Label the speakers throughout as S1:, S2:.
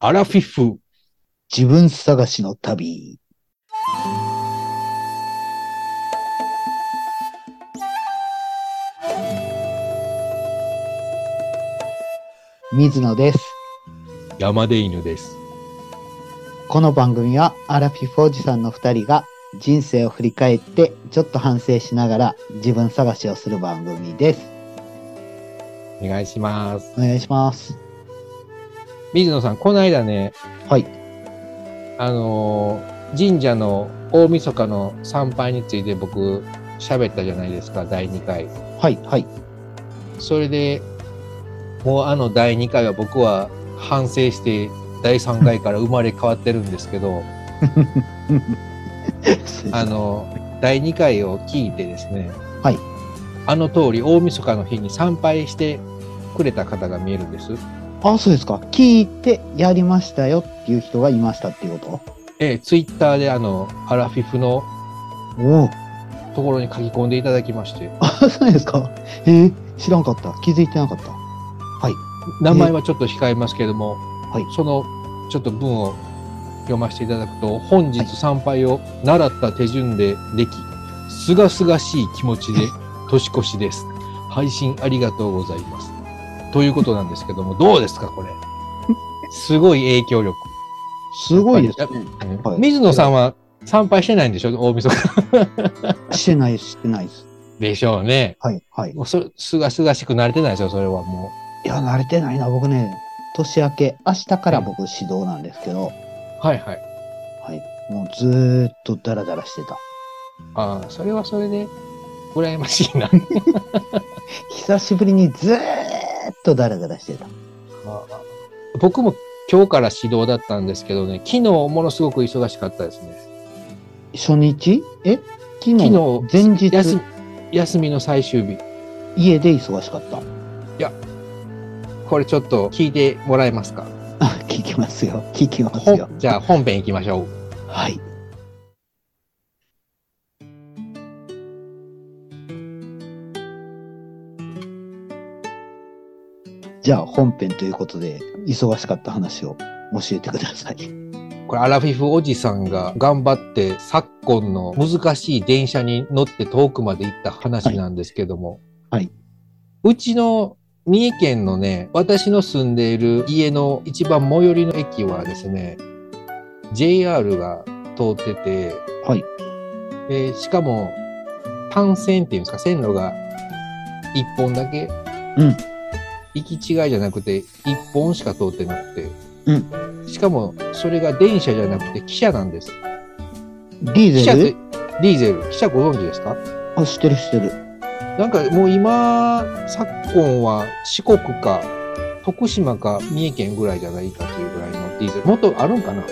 S1: アラフィフ。
S2: 自分探しの旅。水野です。
S1: 山で犬です。
S2: この番組はアラフィフおじさんの2人が人生を振り返ってちょっと反省しながら自分探しをする番組です。
S1: お願いします。
S2: お願いします。
S1: 水野さん、この間ね、
S2: はい。
S1: あのー神社の大晦日の参拝について僕、喋ったじゃないですか、第2回。
S2: はい、はい。
S1: それで、もうあの第2回は僕は反省して、第3回から生まれ変わってるんですけど、あの、第2回を聞いてですね、
S2: はい。
S1: あの通り、大晦日の日に参拝してくれた方が見えるんです。
S2: あ、そうですか。聞いてやりましたよっていう人がいましたっていうこと
S1: ええ、ツイッターであの、アラフィフの
S2: おお。
S1: ところに書き込んでいただきまして、
S2: あ、そうですか。えー、知らんかった。気づいてなかった。
S1: 名前はちょっと控えますけれども、
S2: はい
S1: そのちょっと文を読ませていただくと、本日参拝を習った手順ででき、すがすがしい気持ちで年越しです。配信ありがとうございます。ということなんですけども、どうですか、これ。すごい影響力。
S2: すごいですね。
S1: うん
S2: はい
S1: 水野さんは参拝してないんでしょ大晦日。
S2: してないです、してないです。
S1: でしょうね。
S2: はい、はい。
S1: もうそすがすがしくなれてないですよ、それはも
S2: いや、慣れてないな、僕ね、年明け、明日から僕指導なんですけ
S1: う。
S2: ど、
S1: はいはい。
S2: はい。もうずーっとダラダラしてた。
S1: ああ、それはそれで、羨ましいな。
S2: 久しぶりにずーっとダラダラしてた。
S1: 僕も今日から指導だったんですけどね、昨日ものすごく忙しかったですね。
S2: 初日え昨
S1: 昨
S2: 日、
S1: 日、
S2: 前日、
S1: 休み休みの最終日。
S2: 家で忙しかった。
S1: これちょっと聞いてもらえますか
S2: あ、聞きますよ。聞きますよ
S1: ほ。んじゃあ本編行きましょう。
S2: はい。じゃあ本編ということで、忙しかった話を教えてください。
S1: これアラフィフおじさんが頑張って昨今の難しい電車に乗って遠くまで行った話なんですけども、
S2: はいはいう
S1: ちの三重県のね私の住んでいる家の一番最寄りの駅はですね JR が通ってて、
S2: はい
S1: でしかも単線っていうんですか線路が一本だけ、
S2: うん
S1: 行き違いじゃなくて一本しか通ってなくて。しかも、それが電車じゃなくて汽車なんです。
S2: ディ
S1: 汽
S2: ー
S1: 車
S2: ゼ
S1: って
S2: ル、
S1: ディーゼル、汽車ご存知ですか
S2: あ、知ってる知ってる。
S1: なんかもう今、昨今は四国か、徳島か三重県ぐらいじゃないかというぐらいのディーゼル。もっとあるんかな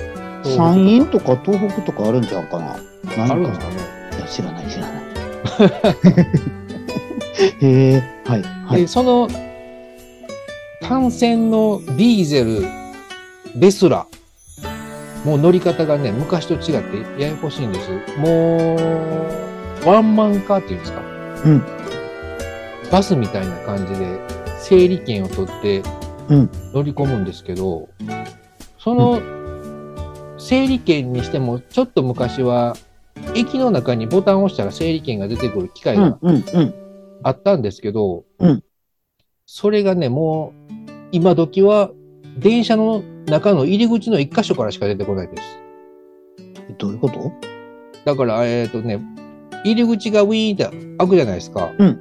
S2: 山陰とか東北とかあるんじゃんかな。
S1: あ
S2: ない
S1: るん
S2: の
S1: ですか
S2: かな
S1: ね。
S2: いや、知らない知 らない。へえ、はい、は
S1: で、
S2: い。
S1: その、単線のディーゼルですら、もう乗り方がね、昔と違ってややこしいんです。もう、ワンマンカーっていうんですか
S2: うん、
S1: バスみたいな感じで整理券を取って
S2: うん
S1: 乗り込むんですけど、その整理券にしてもちょっと昔は駅の中にボタンを押したら整理券が出てくる機械
S2: う
S1: が
S2: ん、うん、うん。
S1: あったんですけど、
S2: うん
S1: それがねもう今時は電車の中の入り口の一箇所からしか出てこないです。
S2: どういうこと
S1: だから、えっ、とね、入り口がウィーンって開くじゃないですか。
S2: うん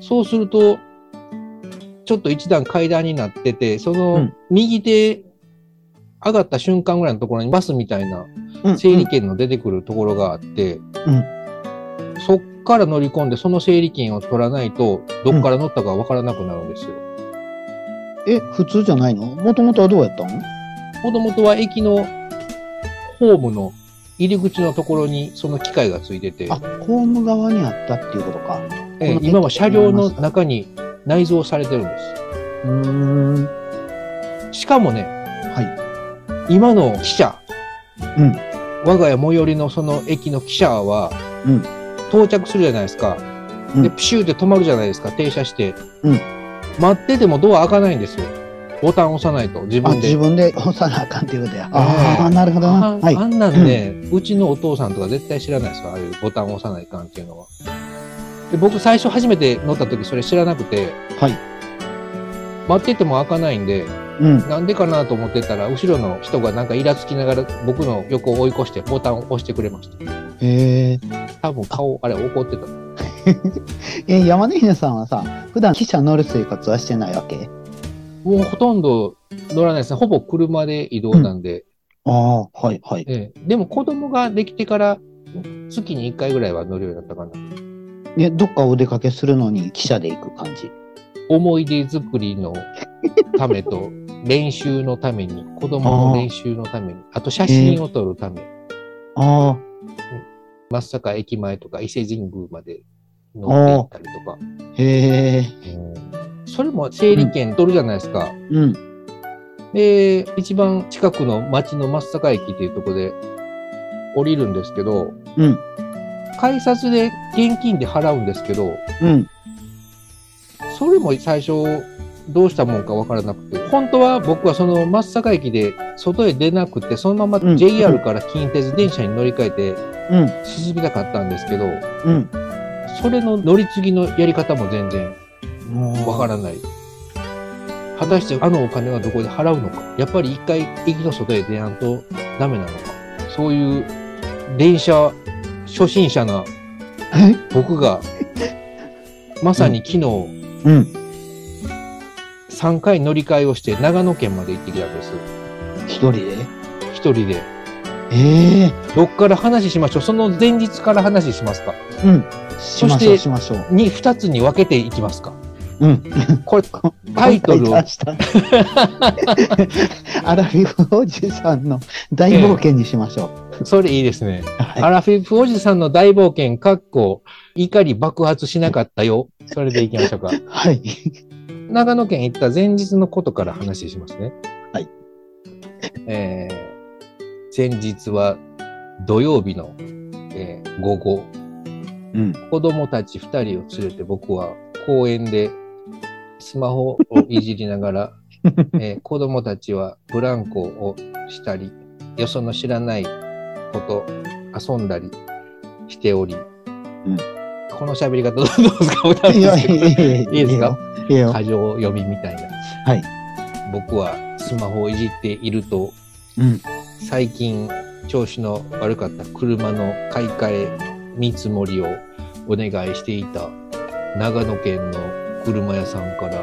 S1: そうすると、ちょっと一段階段になってて、そ
S2: うん
S1: の右手上がった瞬間ぐらいのところにバスみたいな
S2: うん
S1: 整理券の出てくるところがあって、そっから乗り込んでその整理券を取らないと、どっから乗ったかわからなくなるんですよ。
S2: え、普通じゃないのもともとはどうやったの
S1: もともとは駅のホームの入り口のところにその機械がついてて、
S2: あ、ホーム側にあったっていうことか。
S1: ええ
S2: この
S1: 今は車両の中に内蔵されてるんで
S2: うーん。
S1: す。しかもね、
S2: は
S1: 今の汽車、
S2: うん
S1: 我が家最寄りのその駅の汽車は、
S2: うん
S1: 到着するじゃないですか。
S2: うん
S1: で、プシューって止まるじゃないですか、停車して。
S2: うん
S1: 待っててもドア開かないんですよ。
S2: い。
S1: ボタン押さないと自
S2: あ
S1: 分で
S2: 自分で押さなあかんっていうことや。
S1: ええ
S2: ああ、なるほどな。
S1: あ
S2: はい。
S1: あんなんね、うちのお父さんとか絶対知らないですよ。ああいうボタンを押さないかんっていうのは。で、僕最初初めて乗った時それ知らなくて、
S2: はい。
S1: 待ってても開かないんで、
S2: うん。
S1: なんでかなと思ってたら、後ろの人がなんかイラつきながら僕の横を追い越してボタンを押してくれました。
S2: へえ。
S1: 多分顔、あれ怒ってた。
S2: え、山根ひねさんはさ、普段汽車乗る生活はしてないわけ
S1: もうほとんど乗らないですね。ほぼ車で移動なんで。
S2: ああ、はい、はい。
S1: ええでも子供ができてから月に1回ぐらいは乗るようになったかな。
S2: え、どっかお出かけするのに汽車で行く感じ。
S1: 思い出作りのためと練習のために子供の練習のためにあと写真を撮るため、
S2: あ
S1: 松阪駅前とか伊勢神宮まで乗って行ったりとか、
S2: あ、へえ。
S1: うんそれも整理券取るじゃないですか、
S2: うん。
S1: で一番近くの町の松阪駅っていうとこで降りるんですけど
S2: うん。
S1: 改札で現金で払うんですけど
S2: うん。
S1: それも最初どうしたもんかわからなくて、本当は僕はその松阪駅で外へ出なくて、そのま
S2: う
S1: ま
S2: ん
S1: JR から近鉄電車に乗り換えて
S2: うん。
S1: 進みたかったんですけど、
S2: うん。
S1: それの乗り継ぎのやり方も全然わかららない。果たしてあのお金はどこで払うのか、やっぱり一回駅の外へ出やんとダメなのか、そういう電車初心者な
S2: え
S1: 僕が、まさに昨日、
S2: うん。
S1: 3回乗り換えをして長野県まで行ってきたんです。
S2: 一人で
S1: 一人で。
S2: ええ
S1: どっから話しましょうその前日から話しますか
S2: うん。しましょ
S1: そして
S2: う、しましょう。
S1: に、二つに分けていきますか
S2: うん。
S1: これ、タイ トルを
S2: 今回出したアラフィフおじさんの大冒険にしましょ
S1: それいいですね。
S2: う。はい
S1: アラフィフおじさんの大冒険、かっこ、怒り爆発しなかったよ。それでいきましょう か。
S2: はい。
S1: 長野県行った前日のことから話しますね。
S2: はい。
S1: えー、前日は土曜日の、えー午後、
S2: うん。
S1: 子供たち2人を連れて僕は公園でスマホをいじりなが ら、えー子供たちはブランコをしたり、よその知らないこと、遊んだりしており、
S2: ん
S1: この喋り方どうですかお互い
S2: い
S1: で
S2: や、
S1: す
S2: い
S1: けど
S2: やいやいや
S1: いいですか
S2: いいよ。
S1: 過剰読みみたいな。
S2: はい。
S1: 僕はスマホをいじっていると、
S2: うん。
S1: 最近調子の悪かった車の買い替え見積もりをお願いしていた長野県の車屋さんから、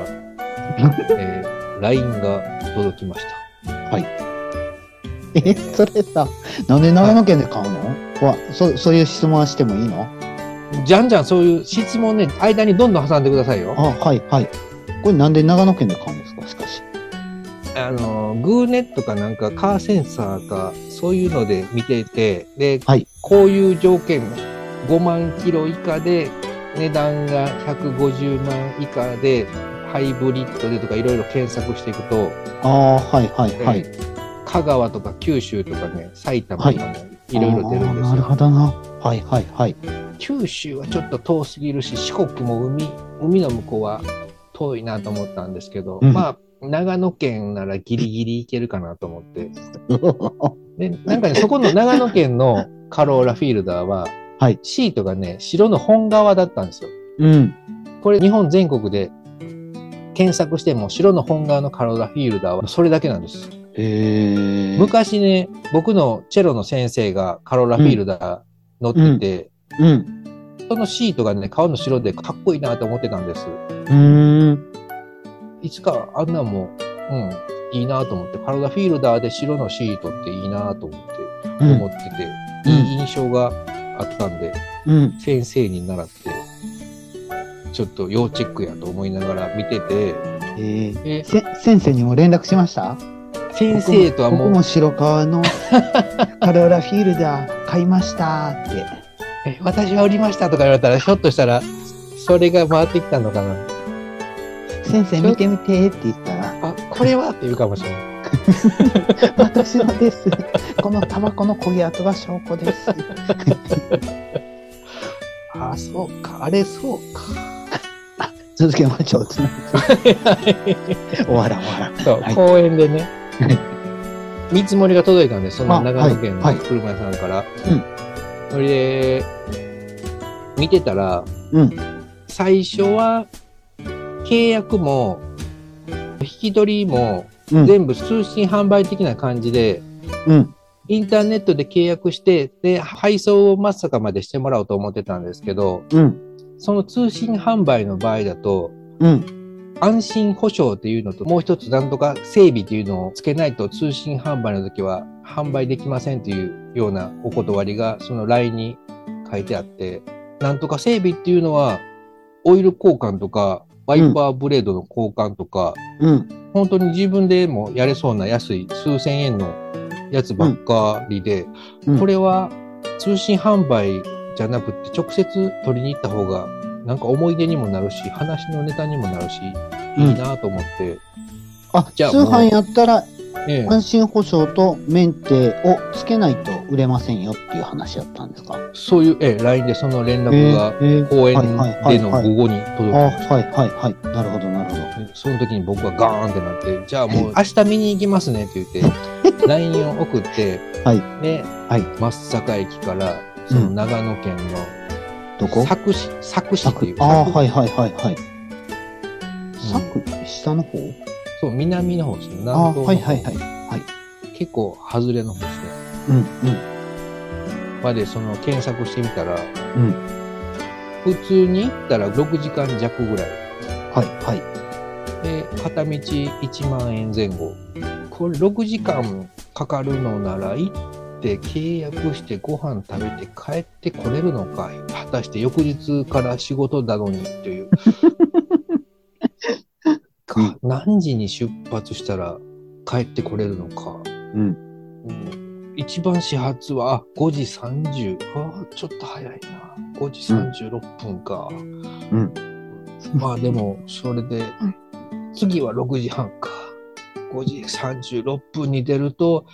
S1: えー LINE が届きました。
S2: え、それさ、なんで長野県で買うのわ、そ、そういう質問はしてもいいの
S1: じゃんじゃんそういう質問ね、間にどんどん挟んでくださいよ。
S2: あ、はい、はい。これなんで長野県で買うんですかしかし。
S1: あの、グーネットかなんかカーセンサーか、そういうので見てて、で、
S2: はい
S1: こういう条件、5万キロ以下で、値段が150万以下で、ハイブリッドでとかいろいろ検索していくと、
S2: ああ、はい、はい、
S1: えー
S2: はい。
S1: 香川とか九州とかね、埼玉とかね、い、ろいろ出るんで
S2: あ
S1: す
S2: ーなる
S1: よ。
S2: ほどな。はい、はい、 はい。
S1: 九州はちょっと遠すぎるし、四国も海、海の向こうは遠いなと思ったんですけど、
S2: うん
S1: まあ、長野県ならギリギリ行けるかなと思って、
S2: は
S1: で、なんかね、そこの長野県のカローラフィールダーは、
S2: い。
S1: シートがね、白の本革だったんですよ。
S2: うん。
S1: これ日本全国で検索しても白の本革のカローラフィールダーはそれだけなんです。
S2: ええ。
S1: 昔ね、僕のチェロの先生がカローラフィールダー乗って
S2: うん。
S1: て、そのシートがね、顔の白でかっこいいなと思ってたんです。
S2: うーん。
S1: いつかあんなんも、うん、いいなと思って、カローラフィールダーで白のシートっていいなと思って、
S2: うん
S1: 思。って
S2: う
S1: て、
S2: ん
S1: いい印象があったんで、
S2: うん。
S1: 先生に習って、ちょっと要チェックやと思いながら見てて、
S2: ええ。
S1: え
S2: せ先生にも連絡しました
S1: 先生とは
S2: 僕
S1: も
S2: も僕
S1: う
S2: も、白川 のカローラフィールダー買いましたって
S1: え私は売りましたとか言われたら、ひょっとしたら、それが回ってきたのかな。
S2: 先生見てみてって言っ たら
S1: あ、これはって言うかもしれない。
S2: 私のですこのタバコの焦げ跡が証拠です
S1: あ、そうか、あれそうか。
S2: 続けましょう。続け終わらん終わらん。
S1: そう、
S2: はい
S1: 公園でね、見積もりが届いたんで、その
S2: あ
S1: 長野県
S2: は
S1: の
S2: いはい
S1: 車屋さんから。
S2: うん
S1: それで、見てたら、
S2: うん
S1: 最初は、契約も、引き取りも、
S2: うん
S1: 全部通信販売的な感じで、
S2: うん。
S1: インターネットで契約して、で、配送をまさかまでしてもらおうと思ってたんですけど、
S2: うん。
S1: その通信販売の場合だと、
S2: うん。
S1: 安心保証っていうのと、もう一つなんとか整備っていうのをつけないと通信販売の時は販売できませんっていうようなお断りがその LINE に書いてあって、なんとか整備っていうのはオイル交換とかワイパーブレードの交換とか、
S2: うん。
S1: 本当に自分でもやれそうな安い数千円のやつばっかりで、
S2: うん
S1: これは通信販売じゃなくて直接取りに行った方がなんか思い出にもなるし話のネタにもなるし
S2: うん
S1: いいなと思って、
S2: あ、
S1: じ
S2: 通
S1: ゃあ
S2: 販やったら
S1: ええ
S2: 安心保証とメンテをつけないと売れませんよっていう話だったんですか
S1: そういう、ええ、LINE でその連
S2: え
S1: 絡が
S2: ーえー
S1: 公園
S2: はいは
S1: で
S2: い
S1: の
S2: はい
S1: 午後に届
S2: あ、
S1: く。
S2: はいはいはい。なるほどなるほど。
S1: でその時に僕はガーンってなって、じゃあもう明日見に行きますねって言 って、LINE を送って、
S2: はい
S1: で、
S2: はい
S1: 松阪駅から、その長野県の
S2: どこ
S1: 佐久市、佐久市っていう、
S2: ああ、
S1: 佐久
S2: はいはいはいはい。
S1: う
S2: さ
S1: ん
S2: く、下の方
S1: そう、南の方ですね。南
S2: ああ、
S1: 東の方
S2: はいはいはい。
S1: 結構外れの方ですね。
S2: うん
S1: まで、その検索してみたら、
S2: うんうん。
S1: 普通に行ったら6時間弱ぐらい。
S2: はいはい。
S1: で、片道1万円前後。これ6時間かかるのなら、行って契約してご飯食べて帰ってこれるのかい果たして翌日から仕事なのにという。 か何時に出発したら帰ってこれるのか。
S2: うん。
S1: うん一番始発はあ5時30あちょっと早いな5時36分か、
S2: ん
S1: まあでもそれで次は6時半か5時36分に出ると、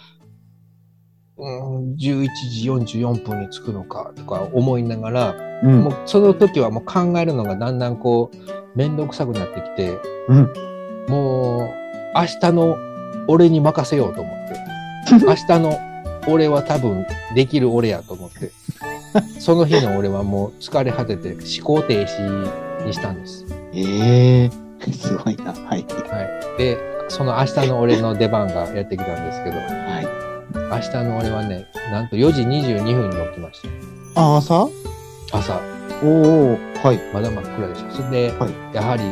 S1: うん、11時44分に着くのかとか思いながら、
S2: うん。
S1: もうその時はもう考えるのがだんだんこう面倒くさくなってきて
S2: うん。
S1: もう明日の俺に任せようと思って。明日の俺は多分できる俺やと思って。その日の俺はもう疲れ果てて思考停止にしたんです。
S2: ええー、すごいな。はい。
S1: はい。で、その明日の俺の出番がやってきたんですけど、
S2: はい。
S1: 明日の俺はね、なんと4時22分に起きまし
S2: あ、朝
S1: た。朝、
S2: おおはい。
S1: まだ真っ暗でしょ。それで、
S2: は
S1: やはり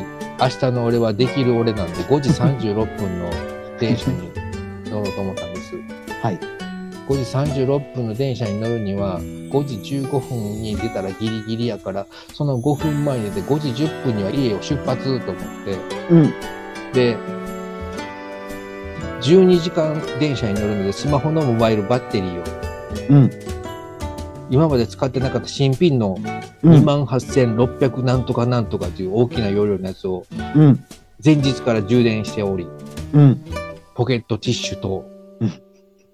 S1: 明日の俺はできる俺なんで5時36分の電車に乗ろうと思ったんです。
S2: はい。
S1: 5時36分の電車に乗るには5時15分に出たらギリギリやからその5分前に出て5時10分には家を出発と思っ
S2: うん。
S1: てで12時間電車に乗るのでスマホのモバイルバッテリーを
S2: うん。
S1: 今まで使ってなかった新品の
S2: うん。
S1: 28,600なんとかなんとかという大きな容量のやつを
S2: うん。
S1: 前日から充電しており
S2: うん。
S1: ポケットティッシュと
S2: うん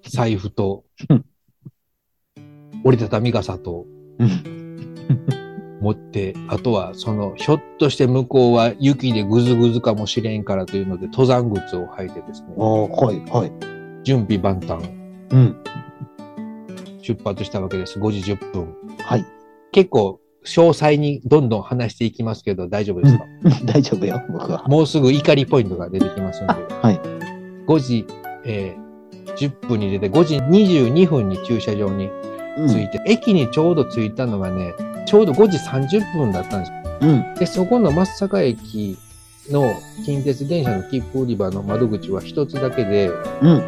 S1: 財布と
S2: うん
S1: 折りたたみ傘と
S2: うん。
S1: 持って、あとはその、ひょっとして向こうは雪でぐずぐずかもしれんからというので、登山靴を履いてですね、
S2: おー、はい、はい。
S1: 準備万端、
S2: うん。
S1: 出発したわけです。5時10分。
S2: はい。
S1: 結構、詳細にどんどん話していきますけど、大丈夫ですか、
S2: 大丈夫よ、僕は。
S1: もうすぐ怒りポイントが出てきますので、
S2: はい。
S1: 5時、えー10分に出て、5時22分に駐車場に
S2: う
S1: 着いて、駅にちょうど着いたのがね、ちょうど5時30分だったんです。
S2: うん。
S1: で、そこの松阪駅の近鉄電車の切符売り場の窓口は一つだけで、
S2: うん。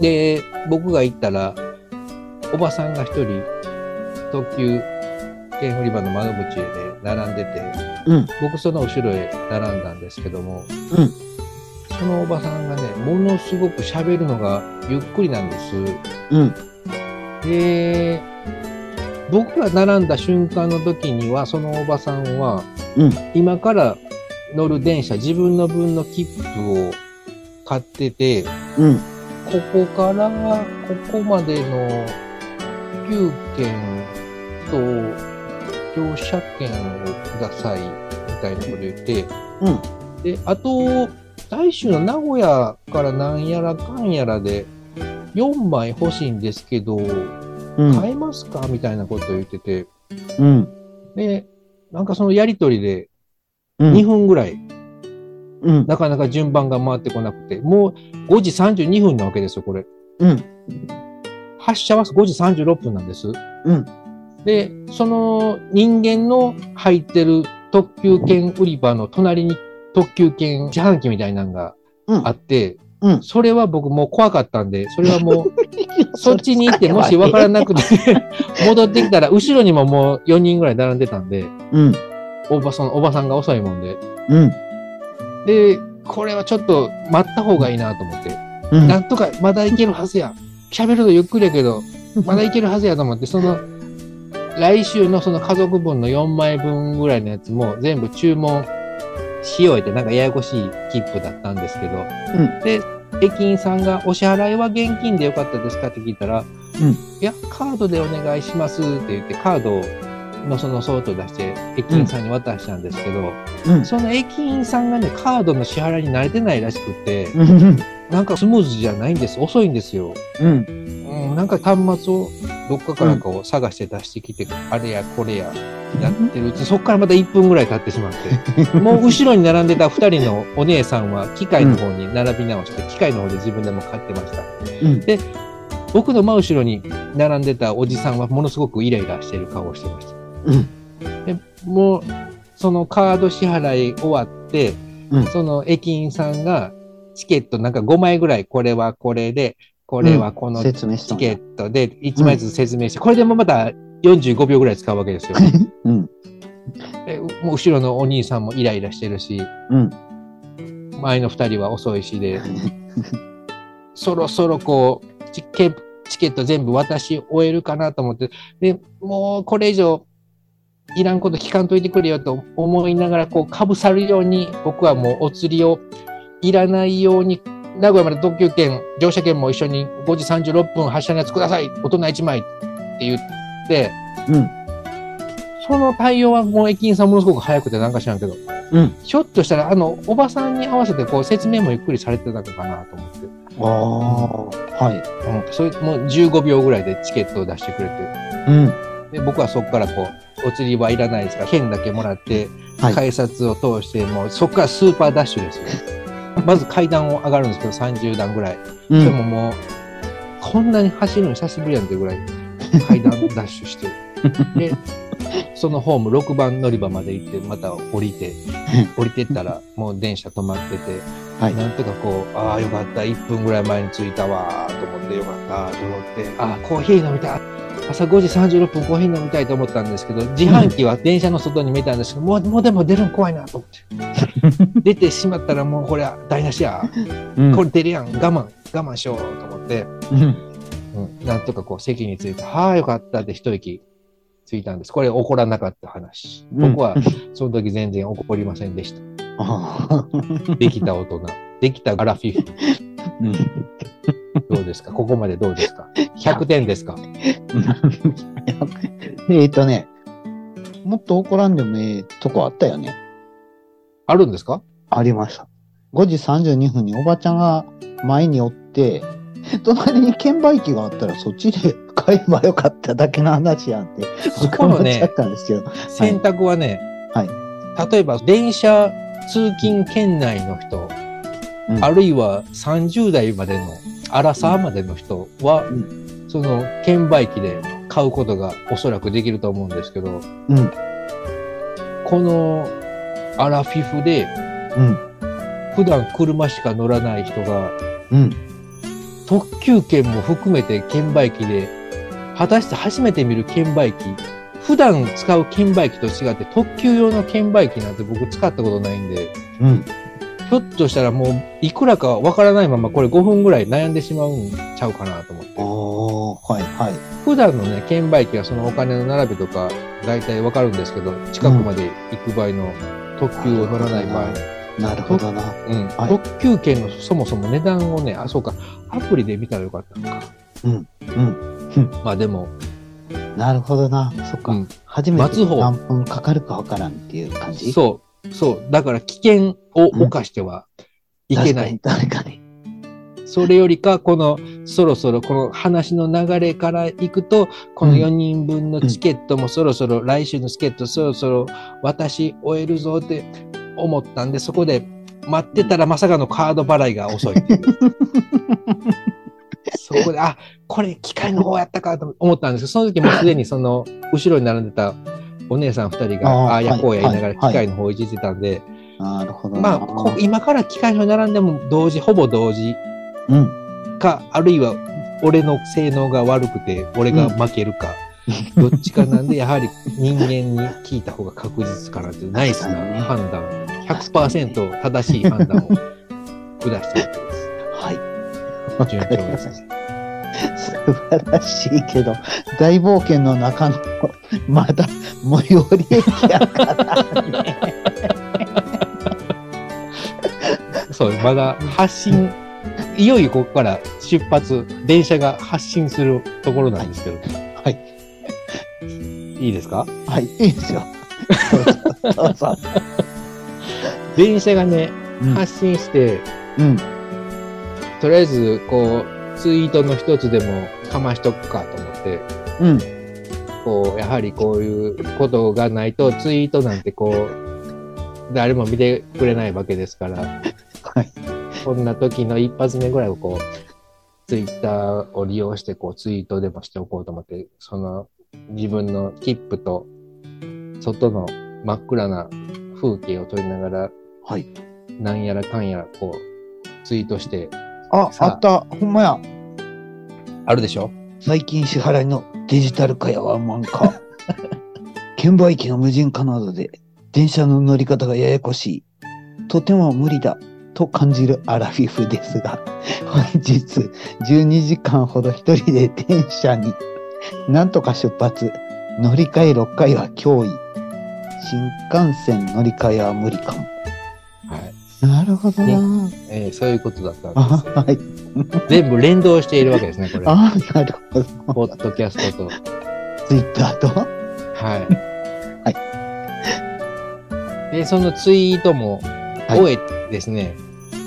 S1: で、僕が行ったら、おばさんが一人、特急券売り場の窓口へね、並んでて、
S2: うん。
S1: 僕その後ろへ並んだんですけども、
S2: うん
S1: そのおばさんがね、ものすごく喋るのがゆっくりなんです。
S2: うん。
S1: で、僕が並んだ瞬間の時には、そのおばさんは、
S2: うん
S1: 今から乗る電車、自分の分の切符を買ってて、こ
S2: うん。
S1: こから、ここまでの9券と乗車券をください。みたいなこと言って、
S2: うん。
S1: で、あと、来週の名古屋からなんやらかんやらで、4枚欲しいんですけど、
S2: うん。
S1: 買えますかみたいなこと言ってて、
S2: うん。
S1: で、なんかそのやりとりで
S2: う
S1: 2
S2: ん。
S1: 分ぐらい、
S2: うん。
S1: なかなか順番が回ってこなくて、もう5時32分なわけですよ、これ。
S2: うん。
S1: 発射は5時36分なんです。
S2: うん。
S1: で、その人間の入ってる特急券売り場の隣に特急券自販機みたいなのが
S2: うん。
S1: あって、
S2: うん
S1: それは僕もう怖かったんで、それはも うそっちに行ってもし
S2: わ
S1: 分からなくて 戻ってきたら後ろにももう4人ぐらい並んでたんで、
S2: うん。
S1: おばそのおばさんが遅いもんで。
S2: うん。
S1: で、これはちょっと待った方がいいなと思って。
S2: うん。
S1: なんとかまだいけるはずや。喋るとゆっくりやけど、まだいけるはずやと思って、その、来週のその家族分の4枚分ぐらいのやつも全部注文し終えて、なんかややこしい切符だったんですけど、
S2: ん
S1: で、駅員さんがお支払いは現金でよかったですかって聞いたら、
S2: うん
S1: いや、カードでお願いしますって言って、カードのそのソート出して、駅員さんに渡したんですけど、
S2: うん。
S1: その駅員さんがね、カードの支払いに慣れてないらしくて、
S2: うん。
S1: なんかスムーズじゃないんです。遅いんですよ。
S2: うん。
S1: うん、なんか端末をどっかからこう探して出してきて、あれやこれややってるうち、そこからまた1分ぐらい経ってしま って、もう後ろに並んでた2人のお姉さんは機械の方に並び直して、機械の方で自分でも買ってました。
S2: うん
S1: 僕の真後ろに並んでたおじさんはものすごくイライラしてる顔をしてました。
S2: うん
S1: でもうそのカード支払い終わって、
S2: うん
S1: その駅員さんがチケットなんか5枚ぐらいこれはこれでこれはこのチ
S2: 説明したん
S1: ケ
S2: だ。
S1: ットで1枚ずつ説明して、これでもまた45秒ぐらい使うわけですよ。
S2: うん。
S1: でもう後ろのお兄さんもイライラしてるし
S2: うん。
S1: 前の2人は遅いしでそろそろこう、チケチケット全部渡し終えるかなと思って、で、もうこれ以上、いらんこと聞かんといてくれよと思いながら、こう、かぶさるように、僕はもうお釣りをいらないように、名古屋まで特急券、乗車券も一緒に5時36分発車のやつください大人1枚って言って、
S2: うん。
S1: その対応はもう駅員さんものすごく早くてなんか知らんけど、
S2: うん
S1: ひょっとしたらあのおばさんに合わせてこう説明もゆっくりされてたのかなと思って。
S2: ああ。はい。
S1: うん、それもう15秒ぐらいでチケットを出してくれて
S2: うん。
S1: で僕はそこからこうお釣りはいらないですから券だけもらって、
S2: はい
S1: 改札を通してもうそこからスーパーダッシュですよまず階段を上がるんですけど30段ぐらい、
S2: う
S1: で
S2: ん。
S1: ももうこんなに走るの久しぶりやんっていうぐらい階段 ダッシュしてでそのホーム6番乗り場まで行ってまた降り て降りてったらもう電車止まってて
S2: はい。
S1: なんとかこう、ああ、よかった、1分ぐらい前に着いたわーと思って、よかったと思って、ああ、コーヒー飲みたい。朝5時36分コーヒー飲みたいと思ったんですけど、自販機は電車の外に見えたんですけど、もう、もうでも出るの怖いなと思 って。出てしまったらもうこれは台無しや。
S2: うん
S1: これ出るやん。我慢、我慢しようと思って、
S2: うん。
S1: うん、なんとかこう席に着いて、はあ、よかったって一息ついたんです。これ怒らなかった話。僕は
S2: うん
S1: その時全然怒りませんでした。
S2: ああ。
S1: できた大人、できたアラフィフ。
S2: うん。
S1: どうですかここまでどうですか ?100 点ですか
S2: えっとね、もっと怒らんでもええとこあったよね。
S1: あるんです か
S2: ありました。5時32分におばちゃんが前におって、 隣に券売機があったらそっちで買えばよかっただけの話やんって、
S1: そこの
S2: 僕は思っちゃ
S1: ね
S2: っ、たんですけど。
S1: 選択はね、
S2: はい
S1: 例えば電車通勤圏内の人、
S2: うん
S1: あるいは30代までの、アラサーまでの人は、
S2: う
S1: その券売機で買うことがおそらくできると思うんですけど、
S2: うん、
S1: このアラフィフで
S2: うん、
S1: 普段車しか乗らない人が
S2: うん、
S1: 特急券も含めて券売機で、果たして初めて見る券売機、普段使う券売機と違って特急用の券売機なんて僕使ったことないんで、
S2: うん。
S1: ひょっとしたらもういくらかわからないままこれ5分ぐらい悩んでしまうんちゃうかなと思って。
S2: おー、はい、はい。
S1: 普段のね、券売機はそのお金の並びとか大体わかるんですけど、近くまで行く場合の特急を乗らない場合、
S2: なるほどな。
S1: うん、
S2: はい
S1: 特急券のそもそも値段をね、あ、そうか、アプリで見たらよかったのか。
S2: うん、うん、
S1: まあでも、
S2: なるほどな。そっか。
S1: うん
S2: 初め
S1: 待
S2: て
S1: つ方
S2: 何分かかるかわからんっていう感じ。
S1: そそう。だから危険を冒してはいけない。
S2: 確かに、確かに。
S1: それよりか、この、そろそろこの話の流れから行くと、この
S2: うん
S1: 4人分のチケットもそろそろ、来週のチケットそろそろ私終えるぞって思ったんで、そこで待ってたらまさかのカード払いが遅いって いう。そこで、あ、これ機械の方やったかと思ったんですけど、その時もうすでにその後ろに並んでたお姉さん2人が、
S2: あー
S1: ああーやこうや言いながら
S2: はい
S1: 機
S2: はい
S1: 械の方いじってたんで、
S2: なるほど
S1: ま
S2: な。
S1: あ、こ今から機械の方並んでも同時、ほぼ同時
S2: うん。
S1: か、あるいは俺の性能が悪くて、俺が負けるか、どっちかなん で、やはり人間に聞いた方が確実かなという、ナイスな判断、100%正しい判 断を下したわけです。
S2: はい。わか
S1: 順
S2: り
S1: 調
S2: ま
S1: で
S2: し
S1: す
S2: た。。素晴らしいけど、大冒険の中の、まだ最寄り駅やからね。
S1: そう、まだ発信、いよいよここから出発、電車が発信するところなんですけど、
S2: はい
S1: いいですか
S2: はい、いい ですよ。どうぞ。どうぞ。
S1: 電車がね、
S2: うん
S1: 発信して、
S2: うん。
S1: とりあえず、こう、ツイートの一つでもかましとくかと思って、
S2: うん。
S1: こう、やはりこういうことがないと、ツイートなんてこう、誰も見てくれないわけですから、
S2: はい。
S1: こんな時の一発目ぐらいをこう、ツイッターを利用して、こう、ツイートでもしておこうと思って、その、自分の切符と、外の真っ暗な風景を撮りながら、
S2: はい。
S1: なんやらかんやら、こう、ツイートして、
S2: あ、
S1: さ
S2: あ
S1: あ
S2: った。ほんまや。
S1: あるでしょ
S2: 最近支払いのデジタル化やワンマン化。 券売機の無人化などで電車の乗り方がややこしい。とても無理だと感じるアラフィフですが、本日12時間ほど一人で電車になんとか出発。乗り換え6回は脅威。新幹線乗り換えは無理かも。
S1: はい。
S2: なるほどな。
S1: えーそういうことだった
S2: あ、
S1: んです。
S2: はい。
S1: 全部連動しているわけですね、これ。
S2: あ、なるほ
S1: ポ
S2: ど。
S1: ッドキャストと。
S2: ツイッターと。
S1: はい。で、そのツイートも
S2: はい
S1: 終えてですね、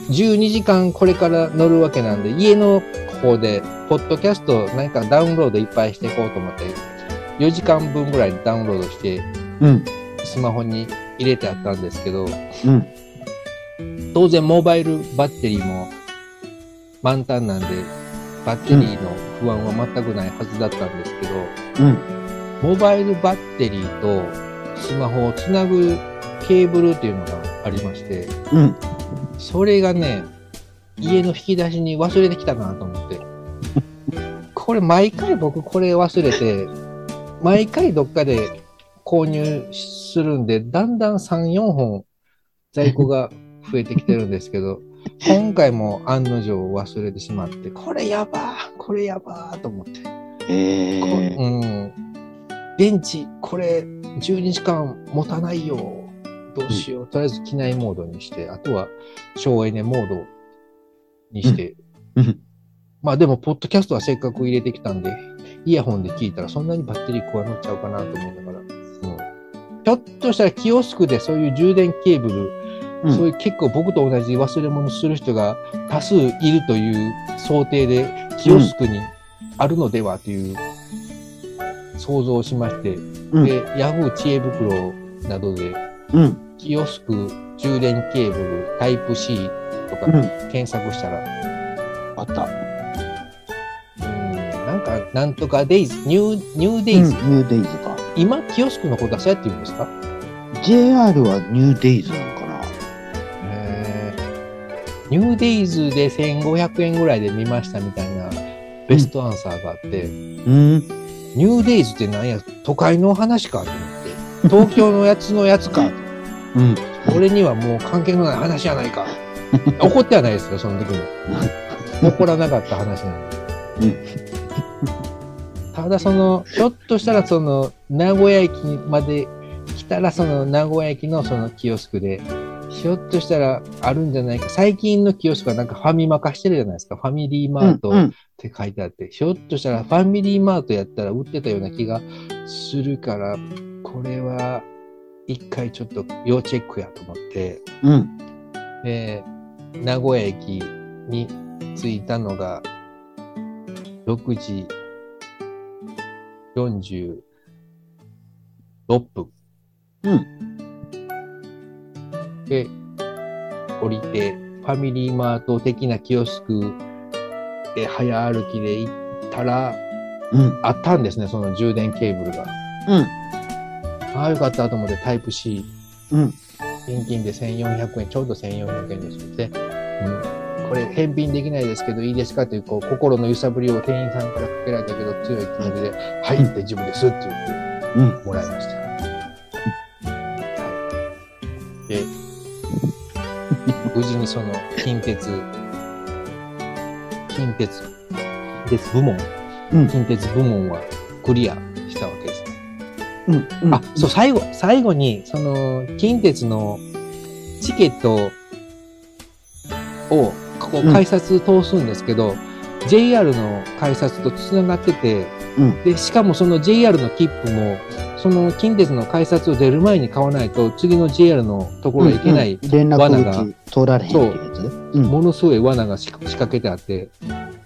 S1: 12時間これから乗るわけなんで、家の方で、ポッドキャスト何かダウンロードいっぱいしていこうと思って、4時間分ぐらいダウンロードして、
S2: うん、
S1: スマホに入れてあったんですけど、
S2: うん。
S1: 当然モバイルバッテリーも満タンなんで、バッテリーの不安は全くないはずだったんですけど、
S2: うん。
S1: モバイルバッテリーとスマホをつなぐケーブルっていうのがありまして、
S2: うん。
S1: それがね、家の引き出しに忘れてきたなと思って。これ毎回僕これ忘れて、毎回どっかで購入するんで、だんだん3、4本在庫が増えてきてるんですけど、今回も案の定忘れてしまって、これやばーこれやばーと思って。
S2: え
S1: こ
S2: ー、
S1: うん、電池これ12時間持たないよどうしよう、とりあえず機内モードにしてあとは省エネモードにして、
S2: うん
S1: まあでもポッドキャストはせっかく入れてきたんでイヤホンで聞いたらそんなにバッテリー食わなっちゃうかなと思いながら、うん、ひょっとしたらキオスクでそういう充電ケーブル
S2: うん
S1: そういう結構僕と同じ忘れ物する人が多数いるという想定で、キオスクにあるのではという想像をしまして、
S2: うん
S1: で、ヤフー知恵袋などで、
S2: うん。
S1: キオスク充電ケーブルタイプ C とか
S2: うん。
S1: 検索したら、
S2: あった。
S1: うん、なんか、なんとかデイズ、ニュー、ニューデ
S2: う
S1: イ
S2: んニ
S1: ズ。
S2: ューデイズか。
S1: 今、キオスクのことはそうやって言うんですか
S2: JR はニューデイズなのかな
S1: へーニューデイズで1500円ぐらいで見ましたみたいなベストアンサーがあって、
S2: うん。
S1: ニューデイズってなんや、都会の話かと思って、東京のやつのやつか、
S2: うん。
S1: 俺にはもう関係のない話やないか。怒ってはないですよ、その時も。怒らなかった話なんで。ただその、ひょっとしたらその、名古屋駅まで来たら、その名古屋駅のそのキオスクで、ひょっとしたらあるんじゃないか。最近のキオスクはなんかファミマ化してるじゃないですか。ファミリーマート。
S2: うんうん
S1: って書いてあって、ひょっとしたらファミリーマートやったら売ってたような気がするから、これは一回ちょっと要チェックやと思って、
S2: うん。
S1: で、名古屋駅に着いたのが、6時46分。
S2: う
S1: で、降りて、ファミリーマート的なキオスクで早歩きで行ったら、
S2: うん。
S1: あったんですね、その充電ケーブルが。
S2: うん。
S1: ああ、よかったと思ってタイプ C
S2: うん。
S1: 現金で1400円、ちょうど1400円ですので、うん、これ返品できないですけどいいですかというこう心の揺さぶりを店員さんからかけられたけど強い気持ちで、はい大丈夫ですって言って
S2: うん。
S1: もらいました。はい、で、無事にその近鉄、近鉄、鉄部門、
S2: うん
S1: 近鉄部門はクリアしたわけですね。
S2: うん。うん。
S1: あ、そう、最後、最後に、その、近鉄のチケットを、ここ、
S2: うん
S1: 改札通すんですけど、JR の改札と繋がってて、
S2: うん
S1: で、しかもその JR の切符も、その近鉄の改札を出る前に買わないと、次の JR のところへ行けない、
S2: うん連
S1: 罠が
S2: 絡口通られへんっていうやつ。うん。
S1: ものすごい罠が仕掛仕掛けてあって、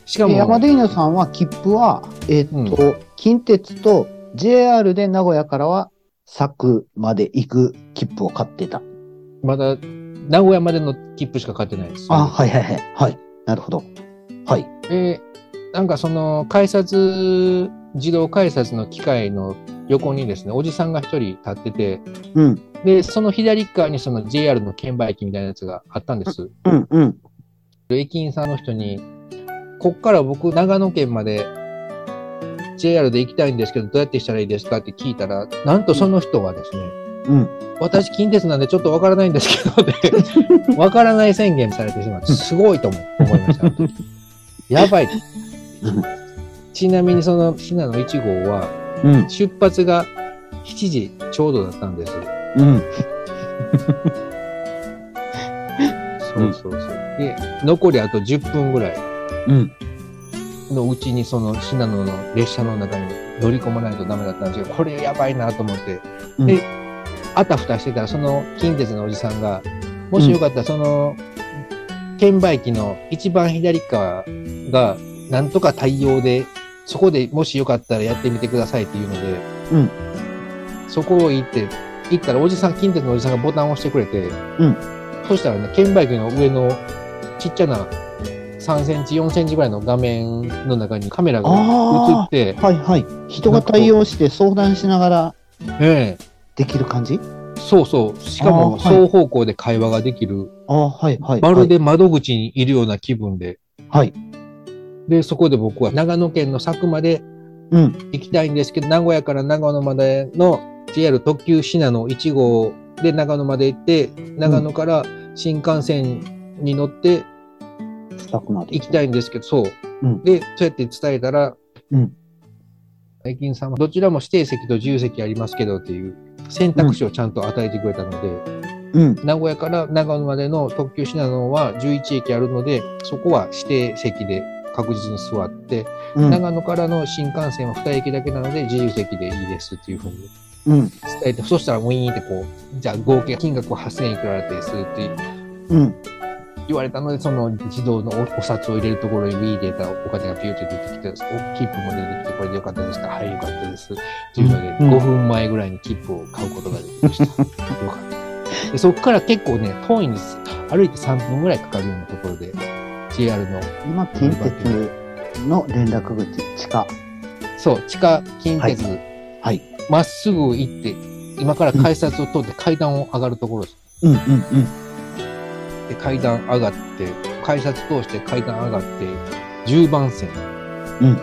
S1: しかも、
S2: で山田犬さんは切符は、えーっと、近鉄と JR で名古屋からは佐久まで行く切符を買ってた。
S1: まだ、名古屋までの切符しか買ってないです。
S2: あ、はいはいはい。はい。なるほど。はい。
S1: で、なんかその改札、自動改札の機械の横にですね、おじさんが一人立ってて、
S2: うん。
S1: で、その左側にその JR の券売機みたいなやつがあったんです。
S2: うんうん。
S1: 駅員さんの人に、こっから僕、長野県まで JR で行きたいんですけど、どうやってしたらいいですかって聞いたら、なんとその人はですね、
S2: うん。
S1: 私近鉄なんでちょっとわからないんですけど、で、わからない宣言されてしまって、すごいと思思いました。やばい。ちなみにその、ひなの1号は、
S2: うん。
S1: 出発が7時ちょうどだったんです。
S2: うん。
S1: そうそうそう。で、残りあと10分ぐらい
S2: うん。
S1: のうちにその、ひなのの列車の中に乗り込まないとダメだったんですけど、これやばいなと思って、
S2: うん
S1: で、あたふたしてたら、その近鉄のおじさんが、もしよかったらその、券売機の一番左側が、なんとか対応で、そこでもしよかったらやってみてくださいっていうので、
S2: うん
S1: そこを行って、行ったらおじさん、近鉄のおじさんがボタンを押してくれて、
S2: ん
S1: そしたらね、券売機の上のちっちゃな3センチ、4センチぐらいの画面の中にカメラが映って、
S2: はいはい。人が対応して相談しながら
S1: ええ
S2: できる感じ
S1: そうそう、しかも
S2: あーは
S1: 双
S2: い
S1: 方向で会話ができる、
S2: ああ、はいはい。
S1: まるで窓口にいるような気分で、
S2: はい。はい。
S1: で、そこで僕は長野県の佐久まで
S2: うん。
S1: 行きたいんですけど、名古屋から長野までの JR 特急シナの1号で長野まで行って、長野から新幹線に乗って
S2: スタッフまで
S1: 行きたいんですけど、そう。
S2: うん
S1: で、そうやって伝えたら、
S2: うん
S1: 駅員さんはどちらも指定席と自由席ありますけどっていう選択肢をちゃんと与えてくれたので、
S2: うん。
S1: 名古屋から長野までの特急シナノは11駅あるので、そこは指定席で確実に座って、
S2: うん。
S1: 長野からの新幹線は2駅だけなので自由席でいいですっていうふうに
S2: うん。
S1: 伝えて、そしたらウィーンってこう、じゃあ合計金額は8000いくらですって
S2: うん。
S1: 言われたので、その自動のおお札を入れるところにウィーンでたお金がピューって出てきて、お切符も出てきて、これでよかったですかはい、よかったです。っていうので、
S2: うん
S1: 5分前ぐらいに切符を買うことができました。よかった。でそこから結構ね、遠いんです。歩いて3分ぐらいかかるようなところで、JR の、
S2: 今、近鉄の連絡口、地下。
S1: そう、地下近鉄、
S2: ははい。
S1: まっすぐ行って、今から改札を通って階段を上がるところです。
S2: うんうんうん。
S1: で、階段上がって、改札通して階段上がって、10番線。
S2: うん。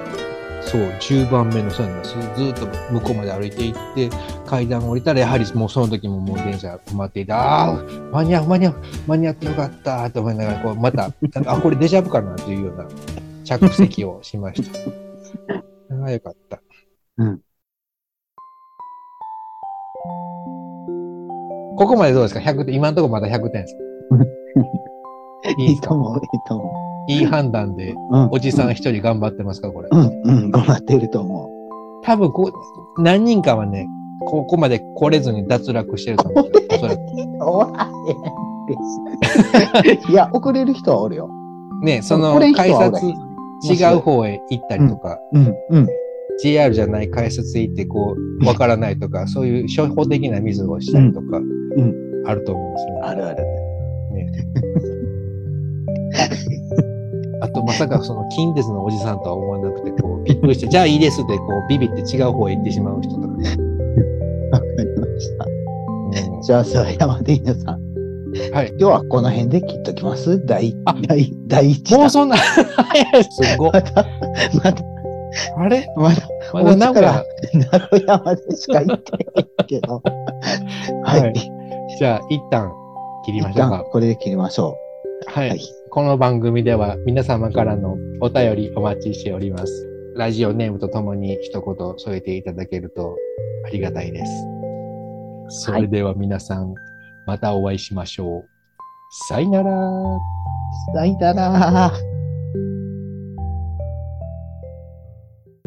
S1: そう、10番目の線なんです。ずっと向こうまで歩いて行って、階段降りたら、やはりもうその時ももう電車止まっていて、ああ、間に合う、間に合う、間に合ってよかったと思いながら、こう、また、なんかあ、これデジャブかなというような着席をしました。ああ、よかった。
S2: うん。
S1: ここまでどうですか ?100 点、今のところまだ100点です。 いい
S2: い
S1: で
S2: い
S1: すか
S2: と思う、いいと思
S1: いい判断で、
S2: う。うん。
S1: おじさん一人頑張ってますか、これ
S2: う。ん、うん、頑張ってると思
S1: 多分こう、何人かはね、ここまで来れずに脱落してると思う。おそらく。
S2: おわへん っていや、遅れる人はおるよ。
S1: ね、そ
S2: こ
S1: の
S2: れ人
S1: 改
S2: は
S1: 札
S2: 俺
S1: 違う方へ行ったりとか、
S2: うん、うん。
S1: JR じゃない改札へ行ってこう、わからないとか、そういう初歩的なミスをしたりとか
S2: う、
S1: あると思うんですよね。
S2: あるある。
S1: あと、まさかその近鉄のおじさんとは思わなくて、こう、びっくりして、じゃあいいですって、こう、ビビって違う方へ行ってしまう人とかね。
S2: わかりました。
S1: うん
S2: じゃあ、それ山で皆さん。
S1: はい
S2: 今日はこの辺で切っときます。第
S1: あ、
S2: 第、第一
S1: もう
S2: 弾。
S1: そんな、早いすごい。
S2: また、また、
S1: あれ
S2: また、
S1: まだ名古屋。
S2: 名古屋までしか行ってないけど。はい。
S1: はいじゃあ、一旦切りま
S2: 一
S1: しょう
S2: 旦
S1: か。
S2: これで切りましょ
S1: は
S2: う。
S1: い。。この番組では皆様からのお便りお待ちしております。ラジオネームとともに一言添えていただけるとありがたいです。それでは皆さん、またお会いしましょう。さよなら。
S2: さいだなら。